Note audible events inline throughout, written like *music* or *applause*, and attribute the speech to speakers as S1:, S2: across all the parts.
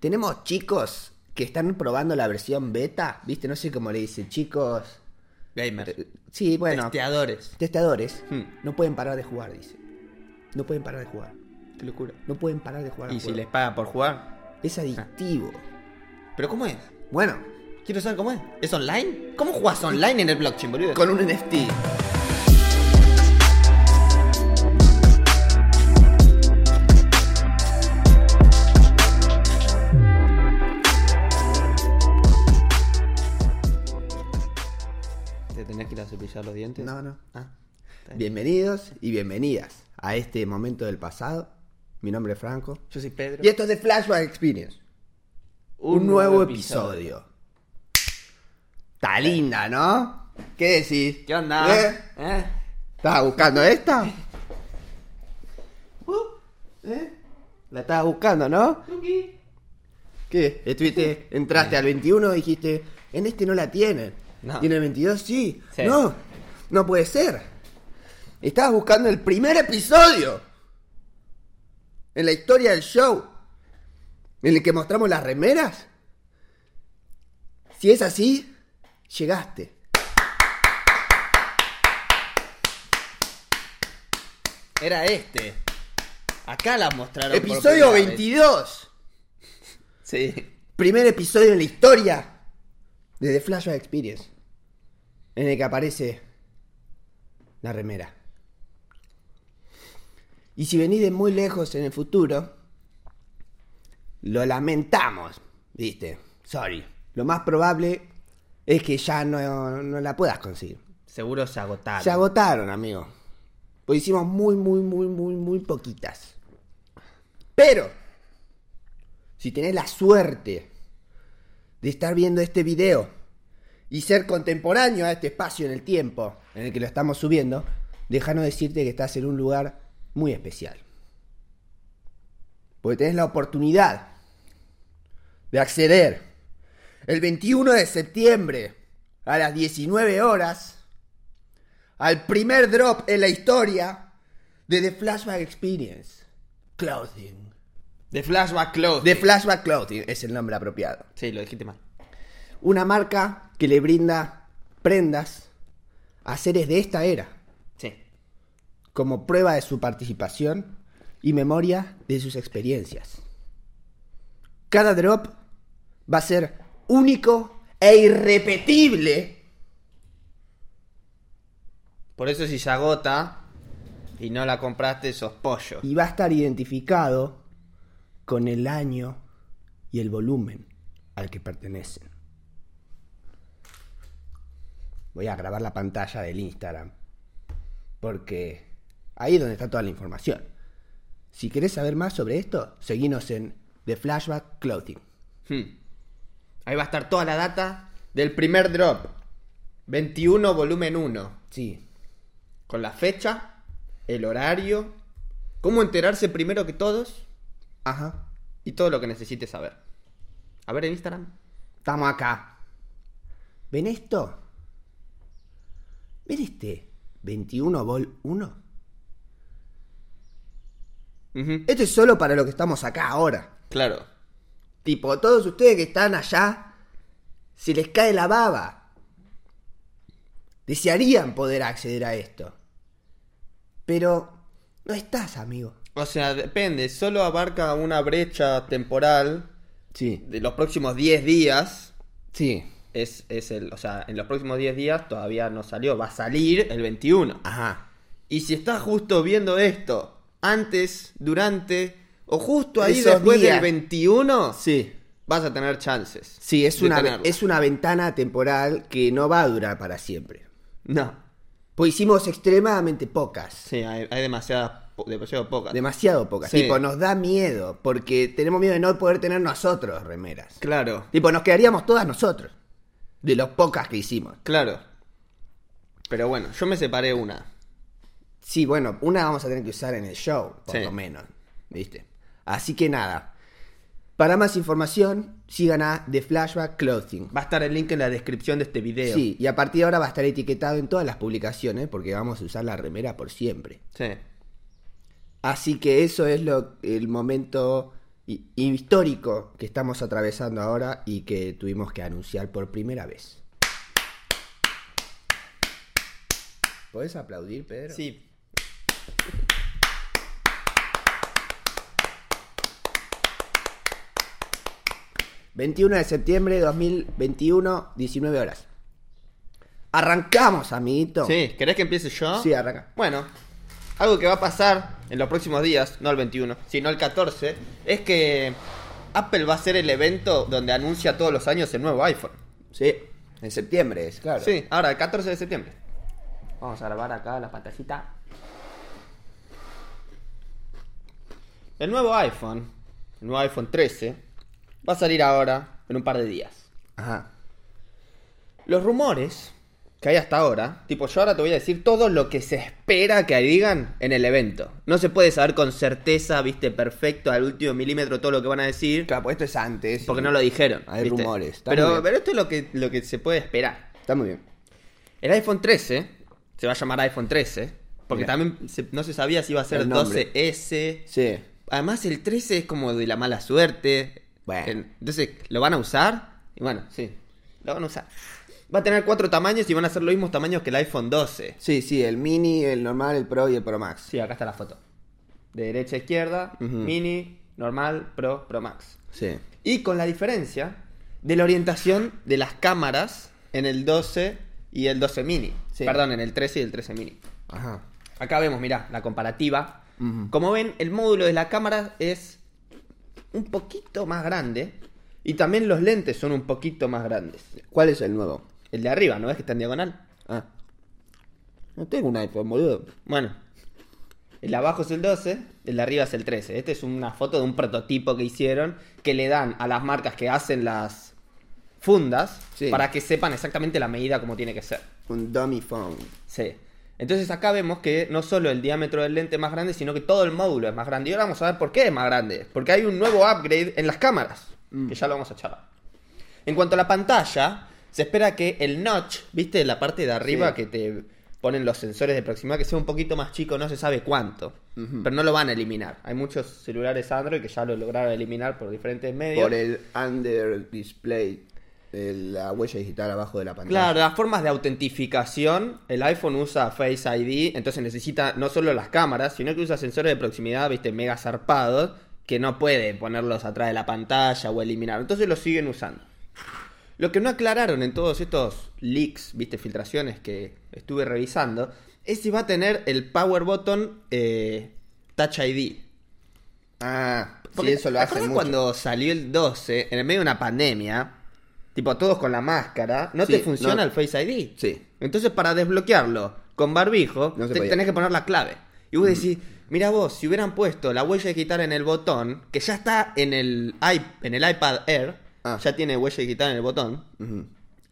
S1: Tenemos chicos que están probando la versión beta, ¿viste? No sé cómo le dicen, chicos. eh,
S2: Gamers.
S1: Sí, bueno.
S2: Eh, Testeadores.
S1: Testadores.
S2: Hmm.
S1: No pueden parar de jugar, dice. No pueden parar de jugar.
S2: Qué locura.
S1: No pueden parar de jugar. al
S2: ¿Y si Ah.
S1: juego.
S2: les pagan por jugar?
S1: Es adictivo.
S2: ¿Pero cómo es?
S1: Bueno,
S2: Quiero saber cómo es. ¿Es online? ¿Cómo jugás online en el blockchain, boludo?
S1: con un NFT.
S2: ¿Te tenés que ir a cepillar los dientes?
S1: No, no.
S2: Ah, está bien.
S1: Bienvenidos y bienvenidas a este momento del pasado. Mi nombre es Franco.
S2: Yo soy Pedro.
S1: Y esto es de Flashback Experience. Un, nuevo, episodio. Está linda, ¿no? ¿Qué decís?
S2: ¿Qué onda?
S1: ¿Eh?
S2: ¿Eh?
S1: ¿Estabas buscando
S2: *laughs*
S1: esta?
S2: Uh,
S1: ¿Eh? La estabas buscando, ¿no? ¿Qué? Estuviste, entraste al 21 y dijiste, en este no la tienen.
S2: No.
S1: Y en el 22 sí.
S2: Sí.
S1: No, no puede ser. Estabas buscando el primer episodio. En la historia del show. En el que mostramos las remeras. Si es así, llegaste.
S2: Era este. Acá la mostraron. por
S1: Episodio
S2: primera vez.
S1: 22.
S2: Sí.
S1: Primer episodio en la historia de The Flashback Experience. En el que aparece la remera. Y si venís de muy lejos en el futuro, lo lamentamos, ¿viste? Sorry. Lo más probable es que ya no, no la puedas conseguir.
S2: Seguro se agotaron.
S1: Se agotaron, amigo. Pues hicimos muy, muy, muy, muy, muy poquitas. Pero, si tenés la suerte de estar viendo este video y ser contemporáneo a este espacio en el tiempo en el que lo estamos subiendo, déjanos decirte que estás en un lugar muy especial. Porque tenés la oportunidad de acceder el 21 de septiembre a las 19 horas al primer drop en la historia de The Flashback Experience. Clothing.
S2: De Flashback Close.
S1: The Flashback Clothing es el nombre apropiado.
S2: Sí, lo dijiste mal.
S1: Una marca que le brinda prendas a seres de esta era
S2: Sí.
S1: como prueba de su participación y memoria de sus experiencias. Cada drop va a ser único e irrepetible
S2: Por eso si se agota y no la compraste, sos pollo.
S1: y va a estar identificado con el año y el volumen al que pertenecen. Voy a grabar la pantalla del Instagram porque ahí es donde está toda la información. Si querés saber más sobre esto, seguinos en The Flashback Clothing.
S2: Hmm. Ahí va a estar toda la data del primer drop. 21 volumen 1.
S1: Sí,
S2: Con la fecha, el horario, cómo enterarse primero que todos
S1: ajá,
S2: y todo lo que necesites saber. A ver en Instagram.
S1: estamos acá. ¿Ven esto? ¿Ven este 21 Vol 1?
S2: Ujú.
S1: Esto es solo para lo que estamos acá ahora.
S2: Claro.
S1: Tipo, todos ustedes que están allá, se les cae la baba. Desearían poder acceder a esto. Pero no estás, amigo.
S2: O sea, depende. Solo abarca una brecha temporal
S1: Sí,
S2: de los próximos 10 días.
S1: sí.
S2: Es, es el, o sea, en los próximos 10 días todavía no salió. Va a salir el 21.
S1: Ajá.
S2: Y si estás justo viendo esto, antes, durante o justo ahí
S1: Esos
S2: después
S1: días.
S2: del 21,
S1: Sí.
S2: vas a tener chances.
S1: Sí, es
S2: de
S1: una, ve-
S2: tenerla.
S1: es una ventana temporal que no va a durar para siempre.
S2: No,
S1: Pues hicimos extremadamente pocas.
S2: sí, hay, hay demasiadas, po- demasiado pocas.
S1: Demasiado pocas.
S2: Sí.
S1: Tipo, nos da miedo porque tenemos miedo de no poder tener nosotros remeras.
S2: claro,
S1: Tipo, nos quedaríamos todas nosotros. De los pocas que hicimos.
S2: claro. Pero bueno, yo me separé una.
S1: Sí, bueno, una vamos a tener que usar en el show, por
S2: Sí.
S1: lo menos. ¿Viste? Así que nada. Para más información, sigan a The Flashback Clothing.
S2: Va a estar el link en la descripción de este video.
S1: Sí, y a partir de ahora va a estar etiquetado en todas las publicaciones porque vamos a usar la remera por siempre.
S2: Sí.
S1: Así que eso es lo, el momento hi- histórico que estamos atravesando ahora y que tuvimos que anunciar por primera vez. ¿Puedes aplaudir, Pedro?
S2: Sí.
S1: Sí. 21 de septiembre de 2021, 19 horas. Arrancamos, amiguito.
S2: Sí, ¿querés que empiece yo?
S1: Sí, arranca.
S2: Bueno, algo que va a pasar en los próximos días, no el 21, sino el 14, es que Apple va a ser el evento donde anuncia todos los años el nuevo iPhone.
S1: Sí, en septiembre es, claro.
S2: Sí, ahora el 14 de septiembre. Vamos a grabar acá la pantallita. El nuevo iPhone, el nuevo iPhone 13, va a salir ahora en un par de días.
S1: Ajá.
S2: Los rumores que hay hasta ahora, tipo yo ahora te voy a decir todo lo que se espera que digan en el evento. No se puede saber con certeza, viste, perfecto, al último milímetro todo lo que van a decir,
S1: Claro, pues esto es antes.
S2: porque no lo dijeron.
S1: Hay
S2: ¿viste?
S1: rumores, está muy
S2: Pero,
S1: bien.
S2: pero esto es lo que, lo que se puede esperar.
S1: Está muy bien.
S2: El iPhone 13 se va a llamar iPhone 13, porque
S1: Bien.
S2: también se- no se sabía si iba a ser
S1: El nombre.
S2: 12S.
S1: Sí.
S2: Además, el 13 es como de la mala suerte.
S1: Bueno.
S2: En- Entonces, ¿lo van a usar? Y bueno, sí, lo van a usar. Va a tener cuatro tamaños y van a ser los mismos tamaños que el iPhone 12.
S1: Sí, sí, el mini, el normal, el pro y el pro max.
S2: Sí, acá está la foto. De derecha a izquierda,
S1: Ujú.
S2: mini, normal, pro, pro max.
S1: Sí.
S2: Y con la diferencia de la orientación de las cámaras en el 12 y el 12 mini.
S1: Sí.
S2: Perdón, en el 13 y el 13 mini.
S1: Ajá.
S2: Acá vemos, mirá, la comparativa.
S1: Ujú.
S2: Como ven, el módulo de la cámara es un poquito más grande. Y también los lentes son un poquito más grandes.
S1: ¿Cuál es el nuevo?
S2: El de arriba, ¿no ves que está en diagonal?
S1: Ah. No tengo un iPhone, boludo.
S2: Bueno. El de abajo es el 12, el de arriba es el 13. Esta es una foto de un prototipo que hicieron que le dan a las marcas que hacen las fundas
S1: Sí.
S2: para que sepan exactamente la medida como tiene que ser.
S1: Un dummy phone.
S2: Sí. Entonces acá vemos que no solo el diámetro del lente es más grande, sino que todo el módulo es más grande. Y ahora vamos a ver por qué es más grande. Porque hay un nuevo upgrade en las cámaras,
S1: Mm.
S2: que ya lo vamos a charlar. En cuanto a la pantalla, se espera que el notch, viste, la parte de arriba
S1: Sí.
S2: que te ponen los sensores de proximidad, que sea un poquito más chico, no se sabe cuánto. Pero no lo van a eliminar. Hay muchos celulares Android que ya lo lograron eliminar por diferentes medios.
S1: Por el under display. el- la huella digital abajo de la pantalla.
S2: Claro, las formas de autentificación, el iPhone usa Face ID, entonces necesita no solo las cámaras, sino que usa sensores de proximidad, viste, mega zarpados, que no puede ponerlos atrás de la pantalla o eliminar. Entonces los siguen usando. Lo que no aclararon en todos estos leaks, viste, filtraciones que estuve revisando, es si va a tener el Power Button eh, Touch ID.
S1: Ah, sí,
S2: Porque,
S1: eso lo
S2: ¿te
S1: hacen
S2: acordás
S1: mucho.
S2: cuando salió el 12, en el medio de una pandemia, tipo todos con la máscara, no
S1: Sí,
S2: te funciona
S1: no.
S2: el Face ID?
S1: Sí.
S2: Entonces, para desbloquearlo con barbijo,
S1: No se
S2: te-
S1: podía. Mm.
S2: tenés que poner la clave. Y vos decís, mira vos, si hubieran puesto la huella digital en el botón, que ya está en el, i- en el iPad Air,
S1: Ah.
S2: ya tiene huella digital en el botón,
S1: Ujú.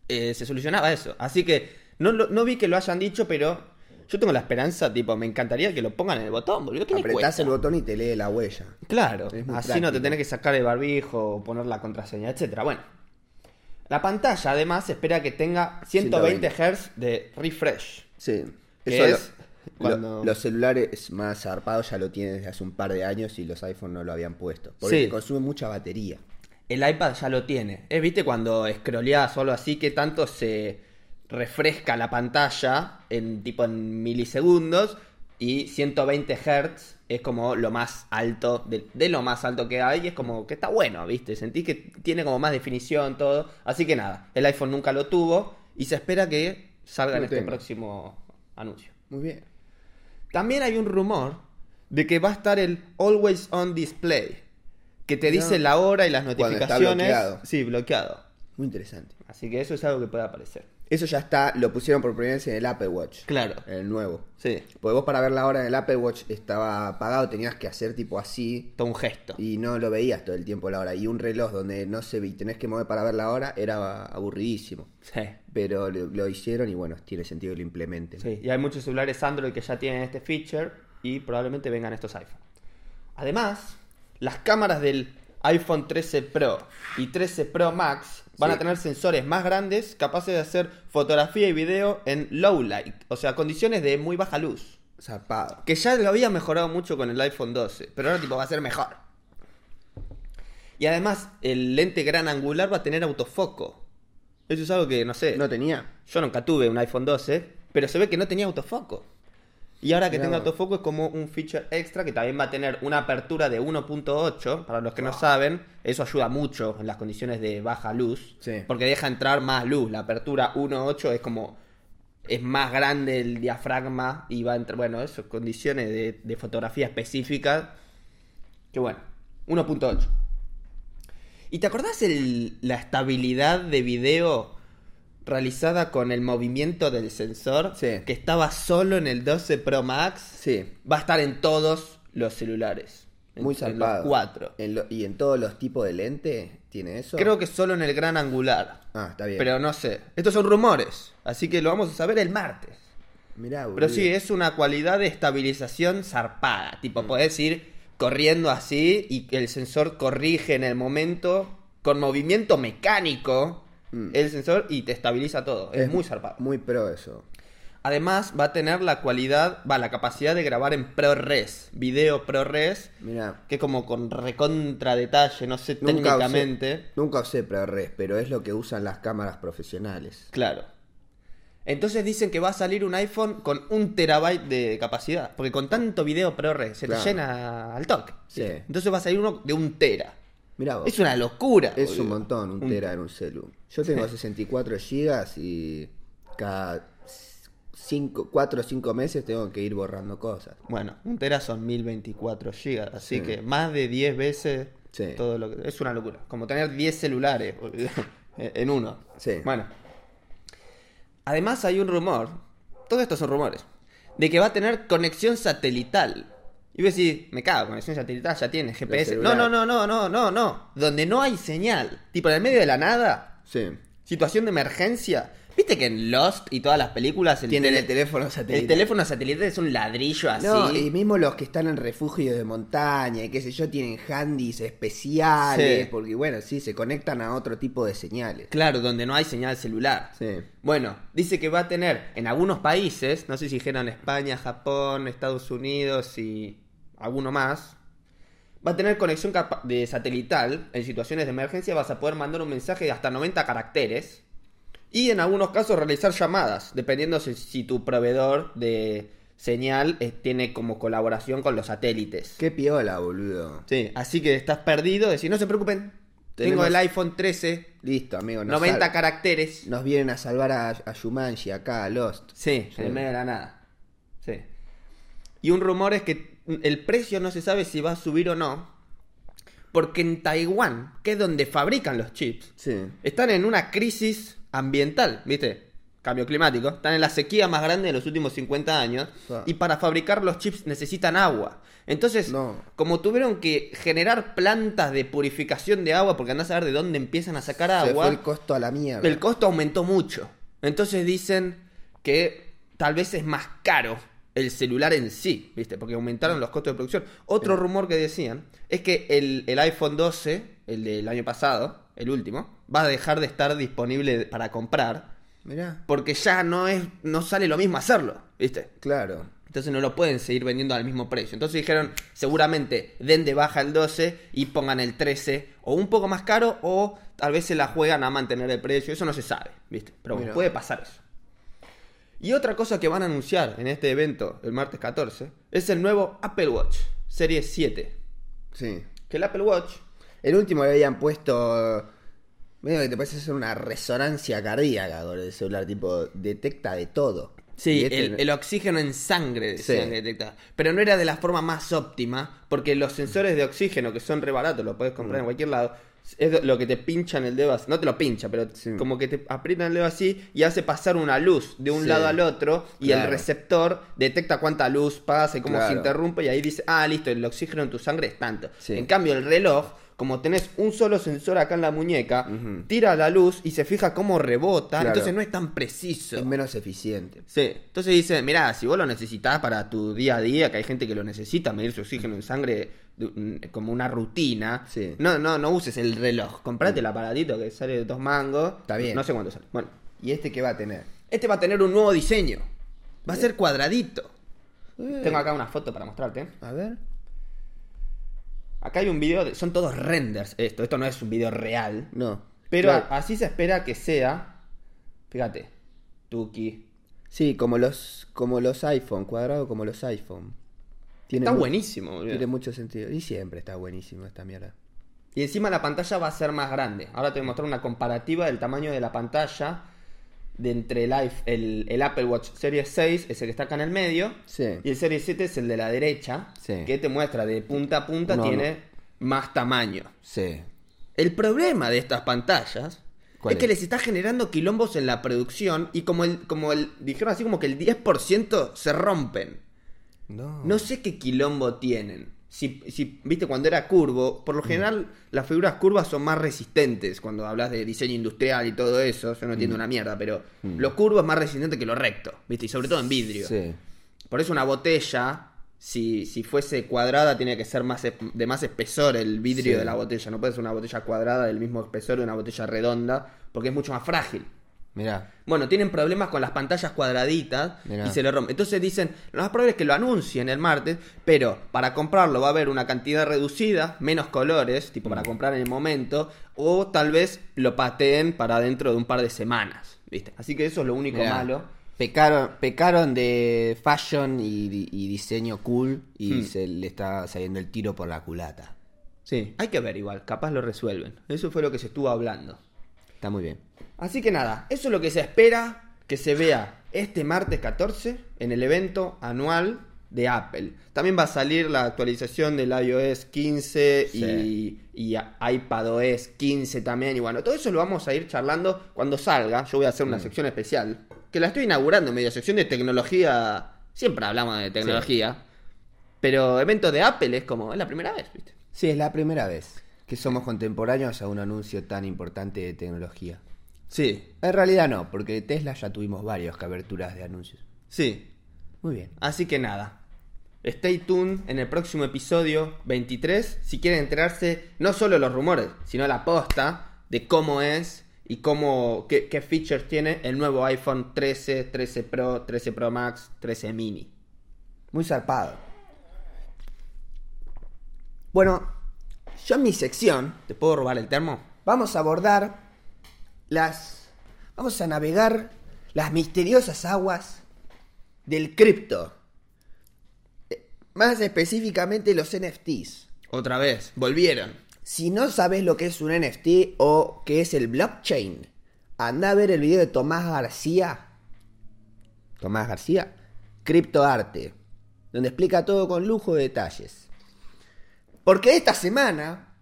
S2: eh, se solucionaba eso. Así que no, lo- no vi que lo hayan dicho, pero yo tengo la esperanza, tipo, me encantaría que lo pongan en el botón, boludo. ¿Qué le
S1: Apretás
S2: cuesta?
S1: el botón y te lee la huella.
S2: Claro,
S1: Es muy
S2: así no
S1: práctico.
S2: te tenés que sacar el barbijo o poner la contraseña, etcétera. Bueno, la pantalla además se espera que tenga 120,
S1: 120.
S2: Hz de refresh.
S1: Sí.
S2: Que
S1: Eso
S2: es
S1: lo-
S2: cuando-
S1: lo- los celulares más zarpados ya lo tienen desde hace un par de años y los iPhone no lo habían puesto. Porque
S2: Sí.
S1: te consume mucha batería.
S2: El iPad ya lo tiene. ¿Eh? ¿Viste cuando scrolleás solo así que tanto se refresca la pantalla en tipo en milisegundos? Y 120 Hz es como lo más alto, de, de lo más alto que hay, y es como que está bueno, ¿viste? Sentís que tiene como más definición, todo. Así que nada, el iPhone nunca lo tuvo y se espera que salga
S1: Lo
S2: en este
S1: tenga.
S2: próximo anuncio.
S1: Muy bien.
S2: También hay un rumor de que va a estar el Always On Display, que te dice
S1: No.
S2: la hora y las
S1: Cuando está
S2: notificaciones.
S1: bloqueado.
S2: Sí, bloqueado.
S1: Muy interesante.
S2: Así que eso es algo que puede aparecer.
S1: Eso ya está, lo pusieron por primera vez en el Apple Watch.
S2: Claro.
S1: En el nuevo.
S2: Sí.
S1: Porque vos para ver la hora en el Apple Watch estaba apagado, tenías que hacer tipo así
S2: Todo un gesto.
S1: y no lo veías todo el tiempo la hora. Y un reloj donde no se ve y tenés que mover para ver la hora era aburridísimo.
S2: Sí.
S1: Pero lo, lo hicieron y bueno, tiene sentido que lo implementen.
S2: Sí, Y hay muchos celulares Android que ya tienen este feature y probablemente vengan estos iPhone. Además, las cámaras del iPhone 13 Pro y 13 Pro Max van
S1: Sí.
S2: a tener sensores más grandes capaces de hacer fotografía y video en low light, o sea, condiciones de muy baja luz.
S1: Zarpado.
S2: Que ya lo había mejorado mucho con el iPhone 12, pero ahora tipo va a ser mejor. Y además, el lente gran angular va a tener autofoco. Eso es algo que, no sé,
S1: No tenía.
S2: yo nunca tuve un iPhone 12, pero se ve que no tenía autofoco. Y ahora que
S1: Mirá
S2: tenga
S1: vos.
S2: autofoco es como un feature extra que también va a tener una apertura de 1.8. Para los que no saben, eso ayuda mucho en las condiciones de baja luz.
S1: Sí.
S2: Porque deja entrar más luz. La apertura 1.8 es como... Es más grande el diafragma y va a entrar... Bueno, eso, condiciones de, de fotografía específicas. Que bueno, 1.8. ¿Y te acordás el- la estabilidad de video realizada con el movimiento del sensor?
S1: Sí.
S2: Que estaba solo en el 12 Pro Max.
S1: Sí.
S2: Va a estar en todos los celulares. En-
S1: Muy
S2: en
S1: zarpado.
S2: los cuatro.
S1: En lo- ¿Y en todos los tipos de lente tiene eso?
S2: Creo que solo en el gran angular.
S1: Ah, está bien.
S2: Pero no sé. Estos son rumores. Así que lo vamos a saber el martes.
S1: Mirá,
S2: Pero
S1: boludo.
S2: sí, es una cualidad de estabilización zarpada.
S1: Mm.
S2: Tipo, podés ir corriendo así y el sensor corrige en el momento con movimiento mecánico
S1: Mm.
S2: el sensor y te estabiliza todo. Es, muy zarpado.
S1: Muy pro eso.
S2: Además, va a tener la cualidad, va, la capacidad de grabar en ProRes, video ProRes,
S1: Mirá.
S2: que como con recontra detalle, no sé,
S1: Nunca usé-
S2: técnicamente.
S1: nunca usé ProRes, pero es lo que usan las cámaras profesionales.
S2: Claro. Entonces dicen que va a salir un iPhone con un terabyte de capacidad. Porque con tanto video ProRes se
S1: Claro.
S2: te llena al toque.
S1: Sí.
S2: Entonces va a salir uno de un tera.
S1: Mirá vos.
S2: Es una locura.
S1: Es
S2: boludo.
S1: un montón, un tera en un celu. Yo
S2: *laughs*
S1: tengo 64 gigas y cada 4 o 5 meses tengo que ir borrando cosas.
S2: Bueno, un tera son 1024 gigas. Así
S1: Sí.
S2: que más de 10 veces
S1: Sí.
S2: todo lo que... Es una locura. Como tener 10 celulares boludo, *laughs* en uno.
S1: Sí.
S2: Bueno. Además hay un rumor. Todo esto son rumores. De que va a tener conexión satelital. Y voy a decir, me cago, conexión satelital ya tiene GPS. No,
S1: celular.
S2: no, no, no, no, no, no. Donde no hay señal. Tipo en el medio de la nada.
S1: Sí.
S2: Situación de emergencia. ¿Viste que en Lost y todas las películas el
S1: Tienen
S2: tele-
S1: el teléfono satelital.
S2: el teléfono satelital es un ladrillo así?
S1: No, y mismo los que están en refugios de montaña y qué sé yo, tienen handys especiales,
S2: Sí.
S1: porque bueno, sí, se conectan a otro tipo de señales.
S2: Claro, donde no hay señal celular.
S1: Sí.
S2: Bueno, dice que va a tener en algunos países, no sé si dijeron España, Japón, Estados Unidos y alguno más, va a tener conexión capa- de satelital. En situaciones de emergencia vas a poder mandar un mensaje de hasta 90 caracteres y en algunos casos realizar llamadas, dependiendo si, si tu proveedor de señal eh, tiene como colaboración con los satélites.
S1: Qué piola, boludo.
S2: Sí, así que estás perdido, decir, no se preocupen, tengo
S1: Tenemos-
S2: el iPhone 13,
S1: Listo, amigo. Nos
S2: 90
S1: sal-
S2: caracteres.
S1: Nos vienen a salvar a, a Shumanji acá, a Lost.
S2: Sí,
S1: Sí.
S2: en el medio de la nada. Sí. Y un rumor es que el precio no se sabe si va a subir o no. Porque en Taiwán, que es donde fabrican los chips,
S1: Sí.
S2: están en una crisis ambiental, ¿viste? Cambio climático. Están en la sequía más grande de los últimos 50 años.
S1: Ah.
S2: Y para fabricar los chips necesitan agua. Entonces,
S1: No.
S2: como tuvieron que generar plantas de purificación de agua, porque andás a ver de dónde empiezan a sacar agua.
S1: Se fue el costo a la mierda.
S2: El costo aumentó mucho. Entonces dicen que tal vez es más caro el celular en sí, ¿viste? Porque aumentaron los costos de producción. Otro rumor que decían es que el, el iPhone 12, el del año pasado, el último, va a dejar de estar disponible para comprar
S1: Mirá.
S2: porque ya no es no sale lo mismo hacerlo, ¿viste?
S1: Claro.
S2: Entonces no lo pueden seguir vendiendo al mismo precio. Entonces dijeron, seguramente den de baja el 12 y pongan el 13 o un poco más caro o tal vez se la juegan a mantener el precio. Eso no se sabe, ¿viste? Pero bueno,
S1: Mira.
S2: puede pasar eso. Y otra cosa que van a anunciar en este evento el martes 14 es el nuevo Apple Watch Serie 7.
S1: Sí.
S2: Que el Apple Watch...
S1: El último le habían puesto. Medio que te parece hacer una resonancia cardíaca con el celular, tipo, detecta de todo.
S2: Sí,
S1: Y
S2: el,
S1: este no-
S2: el oxígeno en sangre decían
S1: Sí.
S2: que detectaba. Pero no era de la forma más óptima, porque los sensores de oxígeno, que son re baratos, lo puedes
S1: Mm.
S2: comprar en cualquier lado, es lo que te pinchan el dedo así. No te lo pincha, pero
S1: Sí.
S2: como que te aprietan el dedo así y hace pasar una luz de un
S1: Sí.
S2: lado al otro y el
S1: Claro.
S2: receptor detecta cuánta luz pasa y cómo se
S1: Claro.
S2: interrumpe y ahí dice, ah, listo, el oxígeno en tu sangre es tanto.
S1: Sí.
S2: En cambio, el reloj, como tenés un solo sensor acá en la muñeca, tira la luz y se fija cómo rebota,
S1: Claro.
S2: entonces no es tan preciso.
S1: es menos eficiente.
S2: Sí, entonces dice, mirá, si vos lo necesitas para tu día a día, que hay gente que lo necesita, medir su oxígeno en sangre de un- como una rutina,
S1: Sí. Mm.
S2: no, no, no uses el reloj, comprate el aparatito que sale dos mangos,
S1: Está bien.
S2: no sé cuánto sale. Bueno,
S1: ¿Y este qué va a tener?
S2: este va a tener un nuevo diseño, va a ser
S1: Eh,
S2: cuadradito. Tengo acá una foto para mostrarte.
S1: A ver.
S2: Acá hay un video, de- son todos renders esto, esto no es un video real.
S1: No.
S2: Pero
S1: Claro.
S2: así se espera que sea. Fíjate, Tuki.
S1: Sí, como los, como los iPhone, cuadrado como los iPhone. Tiene
S2: Está
S1: mu-
S2: buenísimo, boludo.
S1: Tiene mucho sentido. Y siempre está buenísimo esta mierda.
S2: Y encima la pantalla va a ser más grande. Ahora te voy a mostrar una comparativa del tamaño de la pantalla de entre el, iPh- el, el Apple Watch Series 6, es el que está acá en el medio,
S1: Sí.
S2: y el Series 7 es el de la derecha,
S1: Sí.
S2: que te muestra de punta a punta
S1: No,
S2: tiene más tamaño.
S1: Sí.
S2: El problema de estas pantallas
S1: ¿Cuál
S2: es que
S1: es?
S2: les está generando quilombos en la producción y como el, como el, dijeron así como que el 10% se rompen.
S1: No.
S2: No sé qué quilombo tienen. Si, si- viste, cuando era curvo,
S1: Mm.
S2: por lo general las figuras curvas son más resistentes cuando hablas de diseño industrial y todo eso. Yo no entiendo
S1: Mm.
S2: una mierda, pero lo curvo es más resistente que lo recto, viste, y sobre todo en vidrio.
S1: Sí.
S2: Por eso una botella, si, si fuese cuadrada, tenía que ser más es- de más espesor el vidrio
S1: Sí.
S2: de la botella. No puede ser una botella cuadrada del mismo espesor de una botella redonda, porque es mucho más frágil.
S1: Mirá.
S2: Bueno, tienen problemas con las pantallas cuadraditas
S1: Mirá.
S2: y se le rompe. Entonces dicen, lo más probable es que lo anuncien el martes, pero para comprarlo va a haber una cantidad reducida, menos colores, tipo
S1: Mm.
S2: para comprar en el momento, o tal vez lo pateen para dentro de un par de semanas, ¿viste? Así que eso es lo único
S1: Mirá.
S2: malo.
S1: Pecaron, pecaron de fashion y, di- y diseño cool y
S2: Hmm.
S1: se le está saliendo el tiro por la culata.
S2: Sí, hay que ver igual, capaz lo resuelven. Eso fue lo que se estuvo hablando.
S1: Está muy bien.
S2: Así que nada, eso es lo que se espera que se vea este martes 14 en el evento anual de Apple. También va a salir la actualización del iOS 15
S1: Sí.
S2: y, y a- iPadOS 15 también. Y bueno, todo eso lo vamos a ir charlando cuando salga. Yo voy a hacer una sección especial que la estoy inaugurando, media sección de tecnología. Siempre hablamos de tecnología, pero evento de Apple es como, es la primera vez, ¿viste?
S1: Sí, es la primera vez que somos contemporáneos a un anuncio tan importante de tecnología.
S2: Sí,
S1: En realidad no, porque de Tesla ya tuvimos varias coberturas de anuncios.
S2: sí.
S1: Muy bien.
S2: Así que nada. Stay tuned en el próximo episodio 23 si quieren enterarse no solo los rumores, sino la posta de cómo es y cómo qué, qué features tiene el nuevo iPhone 13, 13 Pro, 13 Pro Max, 13 Mini.
S1: Muy zarpado. Bueno, yo en mi sección
S2: ¿Te puedo robar el termo?
S1: vamos a abordar las. Vamos a navegar las misteriosas aguas del cripto. Eh, Más específicamente los NFTs.
S2: Otra vez, volvieron.
S1: Si no sabes lo que es un NFT o qué es el blockchain, anda a ver el video de Tomás García. Tomás García, Criptoarte, donde explica todo con lujo de detalles. Porque esta semana,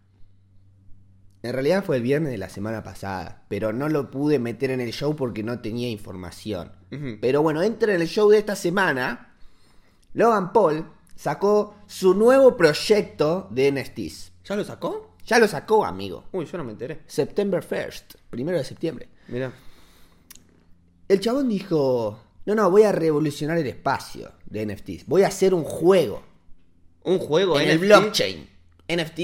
S1: en realidad fue el viernes de la semana pasada, pero no lo pude meter en el show porque no tenía información.
S2: Ujú.
S1: Pero bueno, entra en el show de esta semana. Logan Paul sacó su nuevo proyecto de NFTs.
S2: ¿Ya lo sacó?
S1: Ya lo sacó, amigo.
S2: Uy, yo no me enteré.
S1: September 1st, primero de septiembre.
S2: Mirá.
S1: El chabón dijo, no, no, voy a revolucionar el espacio de NFTs. Voy a hacer un juego
S2: Un juego
S1: en el
S2: NFT.
S1: blockchain. NFT.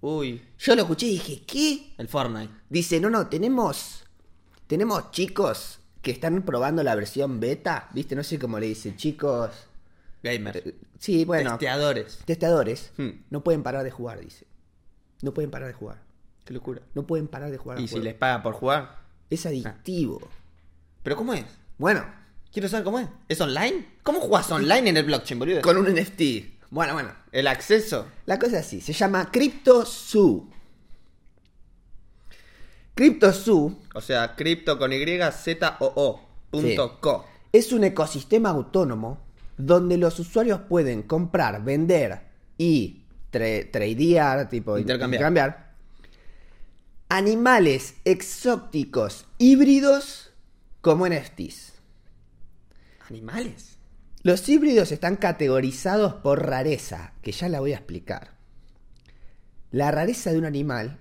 S2: Uy,
S1: Yo lo escuché y dije, ¿qué?
S2: el Fortnite.
S1: Dice, no, no, tenemos, tenemos chicos que están probando la versión beta. Viste, no sé cómo le dice, chicos. eh,
S2: Gamer.
S1: Sí, bueno.
S2: Testeadores.
S1: Testadores.
S2: Hmm.
S1: No pueden parar de jugar, dice. No pueden parar de jugar.
S2: Qué locura.
S1: No pueden parar de jugar. al
S2: Y si Ah.
S1: juego.
S2: les paga por jugar.
S1: Es adictivo.
S2: ¿Pero cómo es?
S1: Bueno,
S2: Quiero saber cómo es. ¿Es online? ¿Cómo jugás online en el blockchain, boludo?
S1: Con un NFT. Bueno, bueno.
S2: el acceso.
S1: La cosa es así. Se llama CryptoZoo. CryptoZoo
S2: O sea, cripto con Y Z O O punto
S1: Sí.
S2: co.
S1: es un ecosistema autónomo donde los usuarios pueden comprar, vender y tra- tradear, tipo
S2: Intercambiar.
S1: animales exóticos híbridos como NFTs.
S2: ¿Animales?
S1: Los híbridos están categorizados por rareza, que ya la voy a explicar. La rareza de un animal,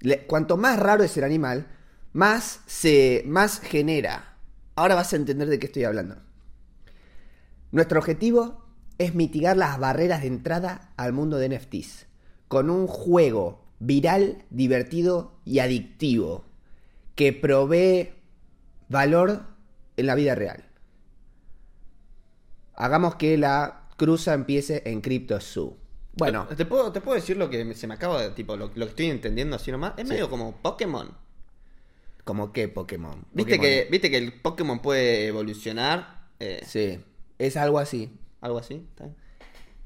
S1: le- cuanto más raro es el animal, más se más genera. Ahora vas a entender de qué estoy hablando. Nuestro objetivo es mitigar las barreras de entrada al mundo de NFTs con un juego viral, divertido y adictivo que provee valor en la vida real. Hagamos que la cruza empiece en CryptoZoo. Bueno,
S2: Te, te puedo, te puedo decir lo que me- se me acaba de. Tipo, lo, lo que estoy entendiendo así nomás. Es
S1: Sí.
S2: medio como Pokémon.
S1: como que Pokémon.
S2: ¿Viste,
S1: Pokémon.
S2: Que, Viste que el Pokémon puede evolucionar. Eh,
S1: Sí, es algo así.
S2: Algo así. ¿está bien?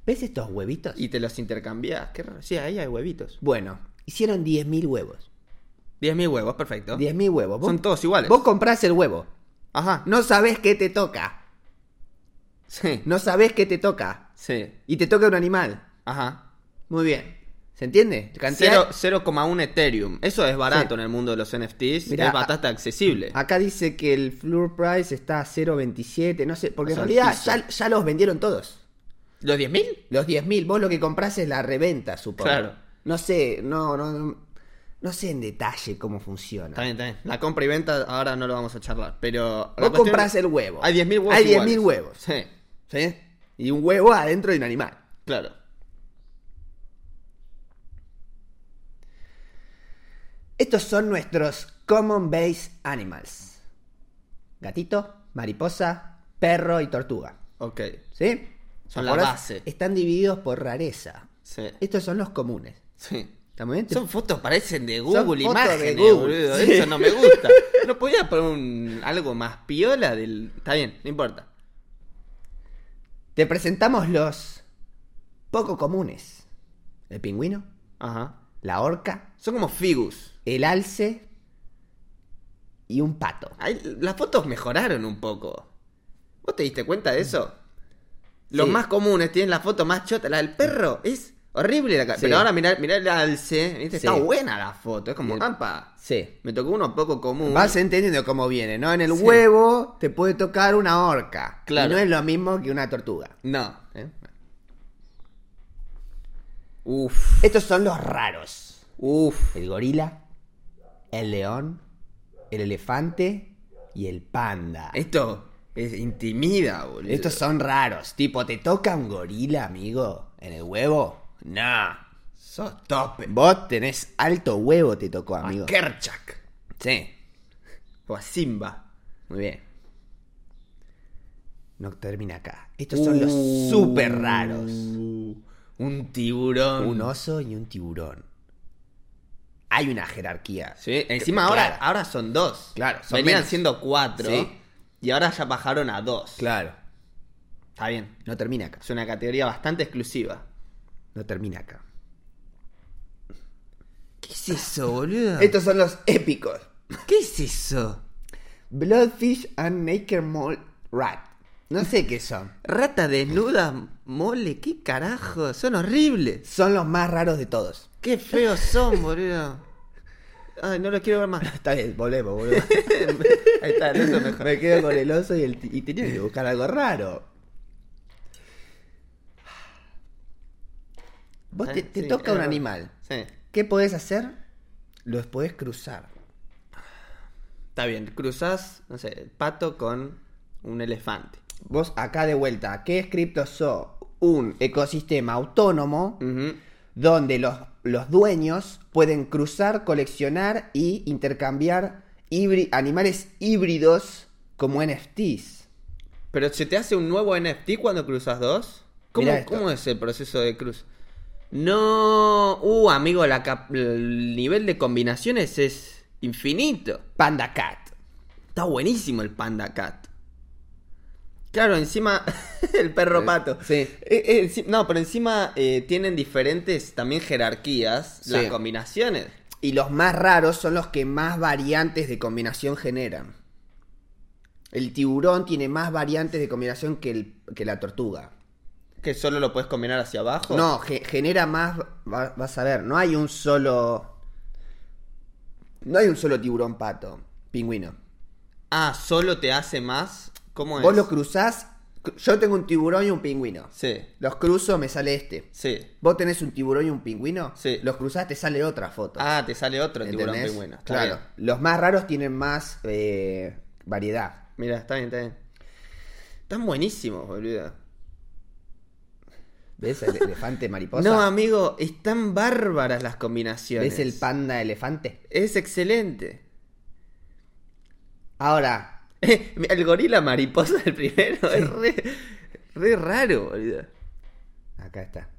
S1: ¿Ves estos huevitos?
S2: Y te los intercambias. Qué raro. Sí, ahí hay huevitos.
S1: Bueno, hicieron 10.000 huevos.
S2: 10.000 huevos, perfecto.
S1: 10.000 huevos. Vos-
S2: Son todos iguales.
S1: Vos comprás el huevo.
S2: Ajá.
S1: No sabés qué te toca.
S2: Sí.
S1: No sabés qué te toca.
S2: Sí.
S1: Y te toca un animal.
S2: Ajá.
S1: Muy bien. ¿Se entiende?
S2: Cero- 0,1 Ethereum. Eso es barato
S1: Sí.
S2: en el mundo de los NFTs.
S1: Mirá,
S2: es bastante accesible.
S1: Acá dice que el floor price está a 0.27, no sé, porque
S2: O sea,
S1: en
S2: el
S1: realidad
S2: piso.
S1: ya, ya los vendieron todos.
S2: ¿Los 10.000?
S1: Los 10.000, vos lo que comprás es la reventa, supongo.
S2: Claro.
S1: No sé, no, no, no- no sé en detalle cómo funciona.
S2: Está bien, está bien. La compra y venta ahora no lo vamos a charlar. Pero. la
S1: Vos
S2: cuestión-
S1: comprás el huevo.
S2: Hay 10.000 huevos.
S1: Hay 10.000
S2: iguales.
S1: huevos.
S2: Sí,
S1: ¿sí? Y un huevo adentro de un animal.
S2: claro.
S1: Estos son nuestros common base animals. Gatito, mariposa, perro y tortuga.
S2: Ok.
S1: ¿Sí?
S2: Son
S1: Ahora
S2: la base.
S1: Están divididos por rareza.
S2: Sí.
S1: Estos son los comunes.
S2: Sí.
S1: ¿Está muy bien?
S2: Son fotos, parecen de
S1: Son
S2: Google,
S1: fotos de
S2: imágenes,
S1: Google.
S2: boludo.
S1: Sí.
S2: Eso no
S1: *laughs*
S2: me gusta. ¿No podía poner un- algo más piola del. Está bien, no importa.
S1: Te presentamos los poco comunes. El pingüino,
S2: Ajá.
S1: la orca,
S2: Son como figus.
S1: el alce y un pato.
S2: Ay, las fotos mejoraron un poco. ¿Vos te diste cuenta de eso? Los
S1: Sí.
S2: más comunes tienen la foto más chota. La del perro es horrible. La ca-
S1: Sí.
S2: Pero ahora mirá, mirá el alce. ¿viste?
S1: Sí.
S2: Está buena la foto. Es como,
S1: Bien.
S2: "Apa,
S1: Sí.
S2: Me tocó uno poco común.
S1: Vas entendiendo cómo viene, ¿no? En el
S2: Sí.
S1: huevo te puede tocar una orca.
S2: Claro.
S1: Y no es lo mismo que una tortuga.
S2: No. ¿eh? Uf.
S1: Estos son los raros.
S2: Uf.
S1: El gorila, el león, el elefante y el panda.
S2: Esto es intimida, boludo.
S1: Estos son raros. Tipo, ¿te toca un gorila, amigo? ¿En el huevo? Nah.
S2: Sos tope.
S1: Vos tenés alto huevo, te tocó, amigo.
S2: A Kerchak.
S1: Sí.
S2: O a Simba.
S1: Muy bien. No termina acá. Estos son
S2: Uh,
S1: los super raros.
S2: Un tiburón.
S1: Un oso y un tiburón. Hay una jerarquía.
S2: Sí, encima
S1: Claro.
S2: ahora, ahora son dos.
S1: Claro, son
S2: Venían
S1: menos.
S2: siendo cuatro.
S1: Sí.
S2: Y ahora ya bajaron a dos.
S1: Claro.
S2: Está bien.
S1: No termina acá.
S2: Es una categoría bastante exclusiva.
S1: No termina acá.
S2: ¿Qué es eso, *laughs* boludo?
S1: Estos son los épicos.
S2: ¿Qué es eso?
S1: Bloodfish and Naked Mole Rat. No sé qué son.
S2: Rata desnuda, mole, qué carajo. Son horribles.
S1: Son los más raros de todos.
S2: Qué feos son, boludo. Ay, no los quiero *laughs* ver más.
S1: Está bien, volvemos, boludo.
S2: *laughs* Ahí está, eso mejor.
S1: Me quedo con el oso y, el ti- y tenía que buscar algo raro. Vos te, te
S2: Ah, Sí,
S1: toca
S2: es
S1: un
S2: verdad.
S1: animal.
S2: Sí.
S1: ¿Qué podés hacer? Los podés cruzar.
S2: Está bien. Cruzás, no sé, el pato con un elefante.
S1: Vos acá de vuelta, ¿qué es CryptoZoo? Un ecosistema autónomo
S2: Ujú.
S1: donde los, los dueños pueden cruzar, coleccionar y intercambiar híbri- animales híbridos como NFTs.
S2: Pero se te hace un nuevo NFT cuando cruzas dos. ¿Cómo,
S1: Mirá esto.
S2: cómo es el proceso de cruz? No. Uh, amigo, la cap- el nivel de combinaciones es infinito.
S1: Panda Cat.
S2: Está buenísimo el Panda Cat. Claro, encima. *laughs* el perro pato.
S1: Sí.
S2: Eh, eh, enci- no, pero encima eh, tienen diferentes también jerarquías
S1: Sí.
S2: las combinaciones.
S1: Y los más raros son los que más variantes de combinación generan. El tiburón tiene más variantes de combinación que, el- que la tortuga.
S2: Que solo lo puedes combinar hacia abajo.
S1: No, ge- genera más, va- vas a ver, no hay un solo... No hay un solo tiburón pato, pingüino.
S2: Ah, solo te hace más. ¿Cómo es?
S1: Vos lo cruzás, cru- yo tengo un tiburón y un pingüino.
S2: Sí,
S1: Los cruzo, me sale este.
S2: sí.
S1: Vos tenés un tiburón y un pingüino,
S2: Sí.
S1: los cruzás, te sale otra foto.
S2: Ah, te sale otro tiburón
S1: ¿entendés?
S2: pingüino. Está
S1: Claro,
S2: bien.
S1: los más raros tienen más eh, variedad.
S2: Mira, está bien, está bien. Están buenísimos, boludo.
S1: ¿Ves el
S2: *laughs*
S1: elefante mariposa?
S2: No, amigo, están bárbaras las combinaciones.
S1: ¿Ves el panda elefante?
S2: Es excelente. *laughs*
S1: Ahora,
S2: El gorila mariposa, el primero, es re, re raro, boludo.
S1: acá está.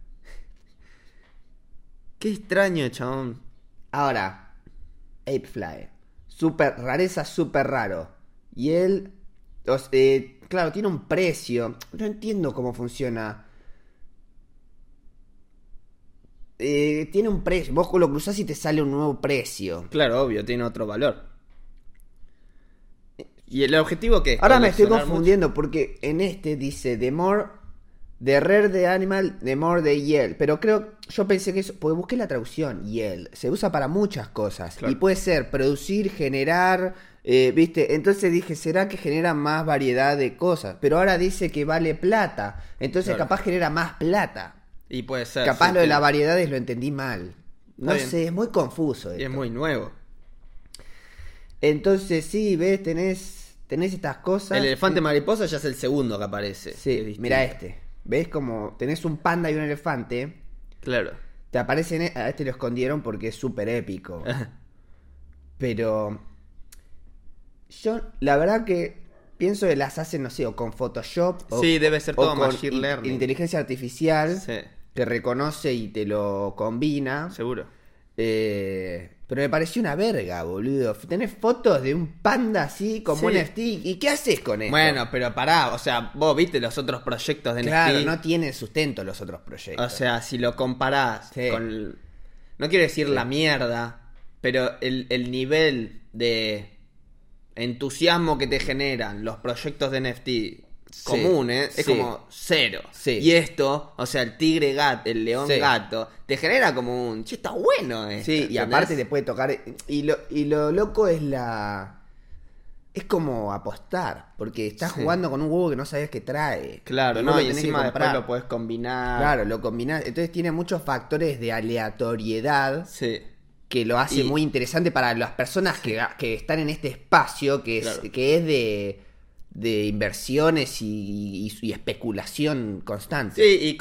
S2: Qué extraño, chabón.
S1: Ahora, Apefly. Super, rareza súper raro. Y él, o s- eh, claro, tiene un precio. No entiendo cómo funciona. Eh, tiene un precio. Vos lo cruzás y te sale un nuevo precio.
S2: Claro, obvio, tiene otro valor. ¿Y el objetivo qué?
S1: Ahora me estoy
S2: Coleccionar
S1: confundiendo porque en este dice The More, The Rare the Animal, The More the Yell. Pero creo, yo pensé que eso, porque busqué la traducción, Yell. Se usa para muchas cosas.
S2: Claro.
S1: Y puede ser producir, generar, eh, ¿viste? Entonces dije, ¿será que genera más variedad de cosas? Pero ahora dice que vale plata. Entonces
S2: Claro.
S1: capaz genera más plata.
S2: mucho? Y puede ser.
S1: capaz
S2: sí,
S1: lo de
S2: que-
S1: las variedades lo entendí mal. No
S2: bien.
S1: sé, es muy confuso.
S2: y es
S1: esto.
S2: muy nuevo.
S1: Entonces sí, ves, tenés, tenés estas cosas.
S2: El elefante mariposa ya es el segundo que aparece. que es
S1: Sí,
S2: distinto.
S1: mira este. ¿Ves como tenés un panda y un elefante?
S2: Claro.
S1: *laughs* Te aparecen. e- A este lo escondieron porque es súper épico.
S2: Ah.
S1: Pero. Yo, la verdad que pienso que las hacen, no sé, o con Photoshop. O,
S2: Sí, debe ser
S1: o
S2: todo
S1: con
S2: machine
S1: in-
S2: learning.
S1: Inteligencia artificial
S2: Sí,
S1: que reconoce y te lo combina.
S2: seguro.
S1: Eh, pero me pareció una verga, boludo. Tenés fotos de un panda así como
S2: Sí.
S1: un stick. ¿Y qué haces con esto?
S2: Bueno, pero pará, o sea, vos viste los otros proyectos de NFT.
S1: claro, no tienen sustento los otros proyectos.
S2: O sea, si lo comparás
S1: Sí.
S2: con... el- No quiero decir la mierda, pero el, el nivel de entusiasmo que te generan los proyectos de NFT comunes ¿eh? es
S1: sí.
S2: como cero.
S1: Sí.
S2: Y esto, o sea, el tigre gato, el león
S1: Sí.
S2: gato, te genera como un... Che, está bueno esto",
S1: Sí, y
S2: ¿entendés?
S1: aparte te puede tocar. eh, Y lo, y lo loco es la. Es como apostar, porque estás
S2: Sí.
S1: jugando con un huevo que no sabes qué trae.
S2: Claro,
S1: y vos
S2: ¿no?
S1: lo
S2: Y
S1: tenés que
S2: encima después
S1: comprar.
S2: lo podés combinar.
S1: Claro, lo combinás. Entonces tiene muchos factores de aleatoriedad
S2: Sí.
S1: que lo hace
S2: Y-
S1: muy interesante para las personas que, que están en este espacio que es,
S2: Claro.
S1: que es de, de inversiones y, y- y especulación constante.
S2: Sí, y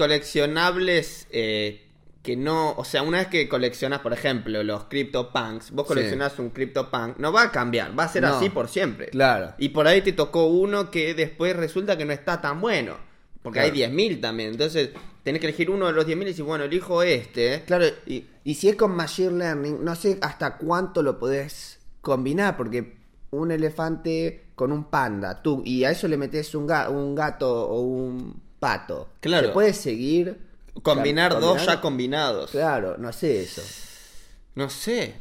S2: coleccionables eh, que no. O sea, una vez que coleccionas, por ejemplo, los CryptoPunks, vos
S1: Sí.
S2: coleccionás un CryptoPunk, no va a cambiar, va a ser
S1: No.
S2: así por siempre.
S1: Claro.
S2: Y por ahí te tocó uno que después resulta que no está tan bueno. Porque
S1: Claro.
S2: hay 10.000 también. Entonces, tenés que elegir uno de los 10.000 y decir, bueno, elijo este.
S1: Claro,
S2: Y,
S1: Y si es con Machine Learning, no sé hasta cuánto lo podés combinar,
S2: Eh,
S1: porque un elefante con un panda, tú, y a eso le metes un, ga- un gato o un pato.
S2: Claro.
S1: ¿Se puede seguir?
S2: combinar
S1: Cam-
S2: dos
S1: combinando?
S2: ya combinados.
S1: Claro, no sé eso.
S2: No sé.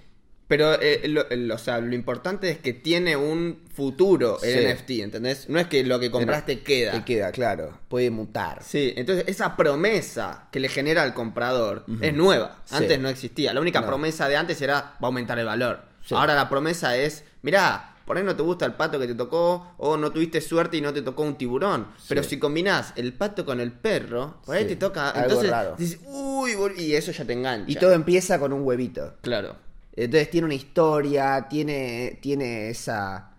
S2: Pero eh, lo, el- o sea, lo importante es que tiene un futuro el
S1: Sí.
S2: NFT, ¿entendés? No es que lo que compraste queda.
S1: Te queda, claro. Puede mutar.
S2: Sí, entonces esa promesa que le genera al comprador es nueva.
S1: Sí.
S2: Antes no existía. La única
S1: No.
S2: promesa de antes era va a aumentar el valor.
S1: Sí.
S2: Ahora la promesa es, mirá, por ahí no te gusta el pato que te tocó o no tuviste suerte y no te tocó un tiburón. Pero si combinás el pato con el perro, por ahí
S1: Sí.
S2: te toca...
S1: Algo
S2: entonces
S1: raro.
S2: dices, uy, bol-", y eso ya te engancha.
S1: Y todo empieza con un huevito.
S2: Claro.
S1: Entonces tiene una historia, tiene, tiene esa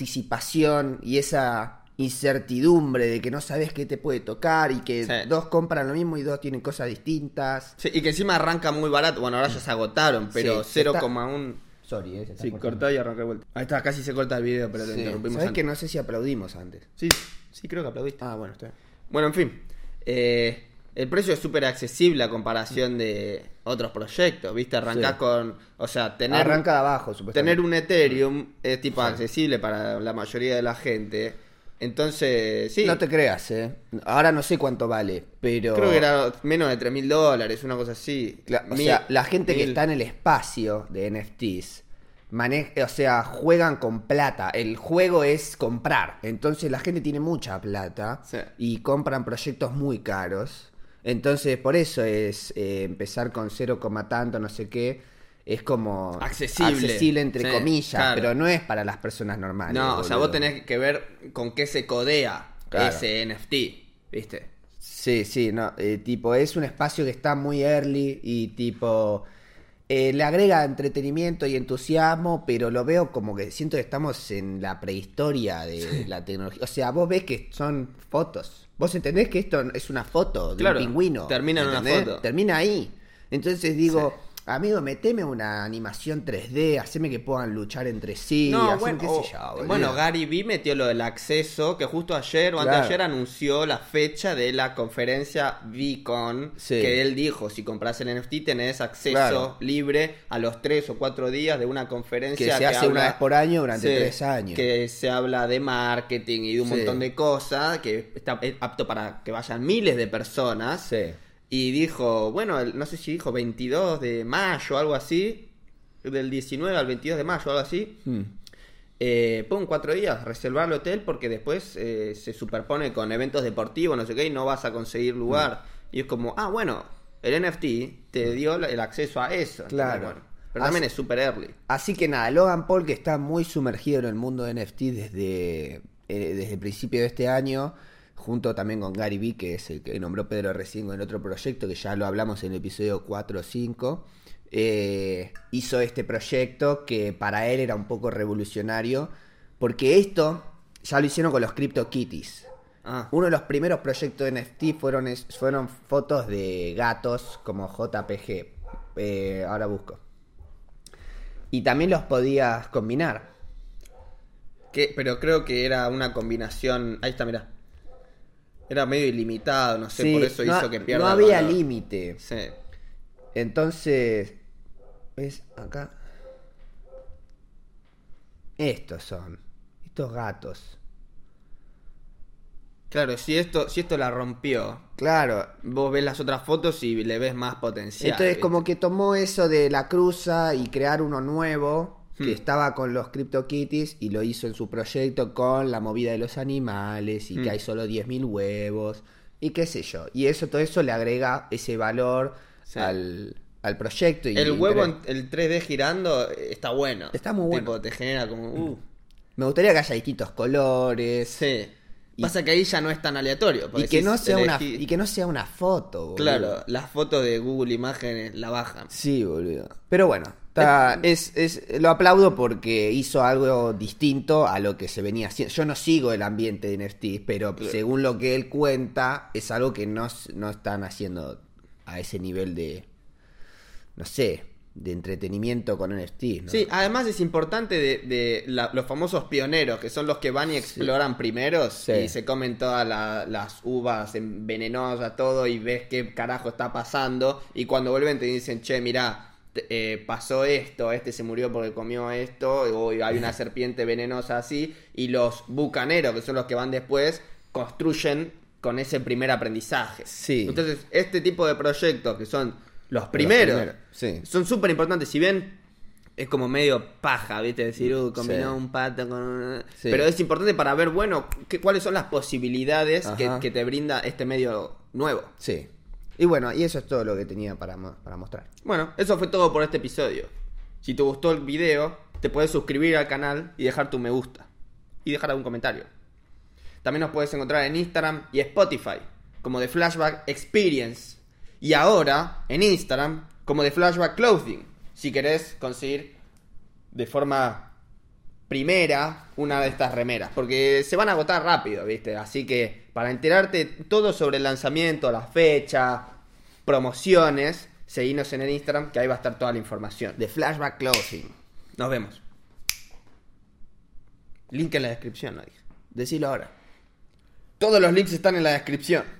S1: anticipación y esa incertidumbre de que no sabes qué te puede tocar y que
S2: Sí.
S1: dos compran lo mismo y dos tienen cosas distintas.
S2: Sí, y que encima arranca muy barato. Bueno, ahora ya se agotaron, pero
S1: Sí, se está-
S2: 0,1...
S1: Sorry, eh, se está
S2: Sí,
S1: cortando.
S2: cortá y arranca de vuelta. Ahí está, casi se corta el video, pero te
S1: Sí.
S2: interrumpimos
S1: ¿Sabés que
S2: antes.
S1: no sé si aplaudimos antes?
S2: Sí, sí, creo que aplaudiste.
S1: Ah, bueno, está bien.
S2: Bueno, en fin. eh, el precio es súper accesible a comparación de otros proyectos, ¿viste? Arrancás
S1: Sí.
S2: con... O sea, tener,
S1: Arranca de abajo, supuestamente.
S2: tener un
S1: Mm.
S2: Ethereum es tipo accesible para la mayoría de la gente. Entonces, sí.
S1: No te creas, eh. Ahora no sé cuánto vale, pero...
S2: Creo que era menos de 3 mil dólares, una cosa así.
S1: Cla- o
S2: Mil-
S1: sea, la gente que
S2: mil.
S1: está en el espacio de NFTs, mane- o sea, juegan con plata. El juego es comprar. Entonces la gente tiene mucha plata
S2: Sí.
S1: y compran proyectos muy caros. Entonces por eso es eh, empezar con cero coma tanto, no sé qué. Es como
S2: Accesible.
S1: accesible entre
S2: Sí,
S1: comillas,
S2: claro.
S1: pero no es para las personas normales.
S2: No, o sea, vos
S1: boludo.
S2: tenés que ver con qué se codea
S1: Claro.
S2: ese NFT, ¿viste?
S1: Sí, sí, no, eh, tipo, es un espacio que está muy early y tipo, eh, le agrega entretenimiento y entusiasmo, pero lo veo como que siento que estamos en la prehistoria de la tecnología. O sea, vos ves que son fotos. Vos entendés que esto es una foto de
S2: Claro,
S1: un pingüino.
S2: termina en una
S1: ¿entendés?
S2: foto.
S1: Termina ahí. Entonces digo, Amigo, meteme una animación 3D, haceme que puedan luchar entre sí,
S2: No,
S1: haceme
S2: bueno,
S1: qué
S2: o-
S1: sé yo, boludo.
S2: bueno, Gary Vee metió lo del acceso, que justo ayer o
S1: Claro.
S2: anteayer anunció la fecha de la conferencia VCon,
S1: Sí.
S2: que él dijo, si compras el NFT tenés acceso
S1: Claro.
S2: libre a los tres o cuatro días de una conferencia
S1: Que se hace una vez por año durante tres años.
S2: Que se habla de marketing y de un
S1: Sí.
S2: montón de cosas, que está es apto para que vayan miles de personas.
S1: Sí.
S2: Y dijo, bueno, el- no sé si dijo 22 de mayo o algo así, del 19 al 22 de mayo algo así.
S1: Hmm.
S2: Eh, pum, cuatro días, reservar el hotel porque después eh, se superpone con eventos deportivos, no sé qué, y no vas a conseguir lugar. Y es como, ah, bueno, el NFT te dio la- el acceso a eso. Entonces,
S1: Claro.
S2: bueno, pero también es super early.
S1: Así que nada, Logan Paul que está muy sumergido en el mundo de NFT desde, eh, desde el principio de este año, junto también con Gary Vee, que es el que nombró Pedro recién con el otro proyecto, que ya lo hablamos en el episodio 4 o 5, eh, hizo este proyecto que para él era un poco revolucionario, porque esto ya lo hicieron con los CryptoKitties.
S2: Ah,
S1: Uno de los primeros proyectos de NFT fueron, es- fueron fotos de gatos como JPG. Eh, ahora busco. Y también los podías combinar.
S2: que- pero creo que era una combinación. Ahí está, mirá. Era medio ilimitado, no sé,
S1: Sí,
S2: por eso
S1: no,
S2: hizo que pierda.
S1: No
S2: el
S1: había
S2: valor.
S1: límite.
S2: Sí.
S1: Entonces, ¿ves acá? Estos son. Estos gatos.
S2: Claro, si esto, si esto la rompió,
S1: Claro,
S2: vos ves las otras fotos y le ves más potencial.
S1: Entonces,
S2: ¿viste?
S1: como que tomó eso de la cruza y crear uno nuevo que
S2: Hmm.
S1: estaba con los CryptoKitties y lo hizo en su proyecto con la movida de los animales y que
S2: Hmm.
S1: hay solo 10.000 huevos y qué sé yo. Y eso, todo eso le agrega ese valor
S2: Sí.
S1: al, al proyecto. Y
S2: El huevo, en,
S1: interés.
S2: el 3D girando, eh, está bueno.
S1: Está muy bueno.
S2: Tipo, te genera como. Uh,
S1: Me gustaría que haya distintos colores
S2: sí.
S1: Y-
S2: Pasa que ahí ya no es tan aleatorio. porque
S1: y que,
S2: decís,
S1: no sea una,
S2: elegí-
S1: y que no sea una foto. boludo.
S2: Claro, las fotos de Google Imágenes la bajan.
S1: Sí, boludo. Eh, Pero bueno, está- es, es- lo aplaudo porque hizo algo distinto a lo que se venía haciendo. Yo no sigo el ambiente de NFT, pero según lo que él cuenta, es algo que no, s- no están haciendo a ese nivel de, no sé, de entretenimiento con NFT. ¿no?
S2: Sí, además es importante de, de la- los famosos pioneros, que son los que van y exploran primeros
S1: Sí.
S2: y se comen todas la- las uvas envenenosas, todo, y ves qué carajo está pasando. Y cuando vuelven te dicen, che, mirá, te- eh, pasó esto, este se murió porque comió esto, o
S1: *laughs*
S2: hay una serpiente venenosa así. Y los bucaneros, que son los que van después, construyen con ese primer aprendizaje.
S1: Sí.
S2: Entonces, este tipo de proyectos que son los primeros,
S1: primeros, sí.
S2: son súper importantes. Si bien es como medio paja, ¿viste? Decir, uh, combinó
S1: Sí.
S2: un pato con un...
S1: Sí.
S2: Pero es importante para ver, bueno, qué- cuáles son las posibilidades que,
S1: Ajá.
S2: que te brinda este medio nuevo.
S1: Sí. Y bueno, y eso es todo lo que tenía para, mo- para mostrar.
S2: Bueno, eso fue todo por este episodio. Si te gustó el video, te puedes suscribir al canal y dejar tu me gusta. Y dejar algún comentario. También nos puedes encontrar en Instagram y Spotify, como The Flashback Experience. Y ahora, en Instagram, como The Flashback Clothing. Si querés conseguir de forma primera una de estas remeras, porque se van a agotar rápido, ¿viste? Así que para enterarte todo sobre el lanzamiento, la fecha, promociones, seguinos en el Instagram, que ahí va a estar toda la información.
S1: De Flashback Closing.
S2: Nos vemos. Link en la descripción, lo dije.
S1: Decilo ahora.
S2: Todos los links están en la descripción.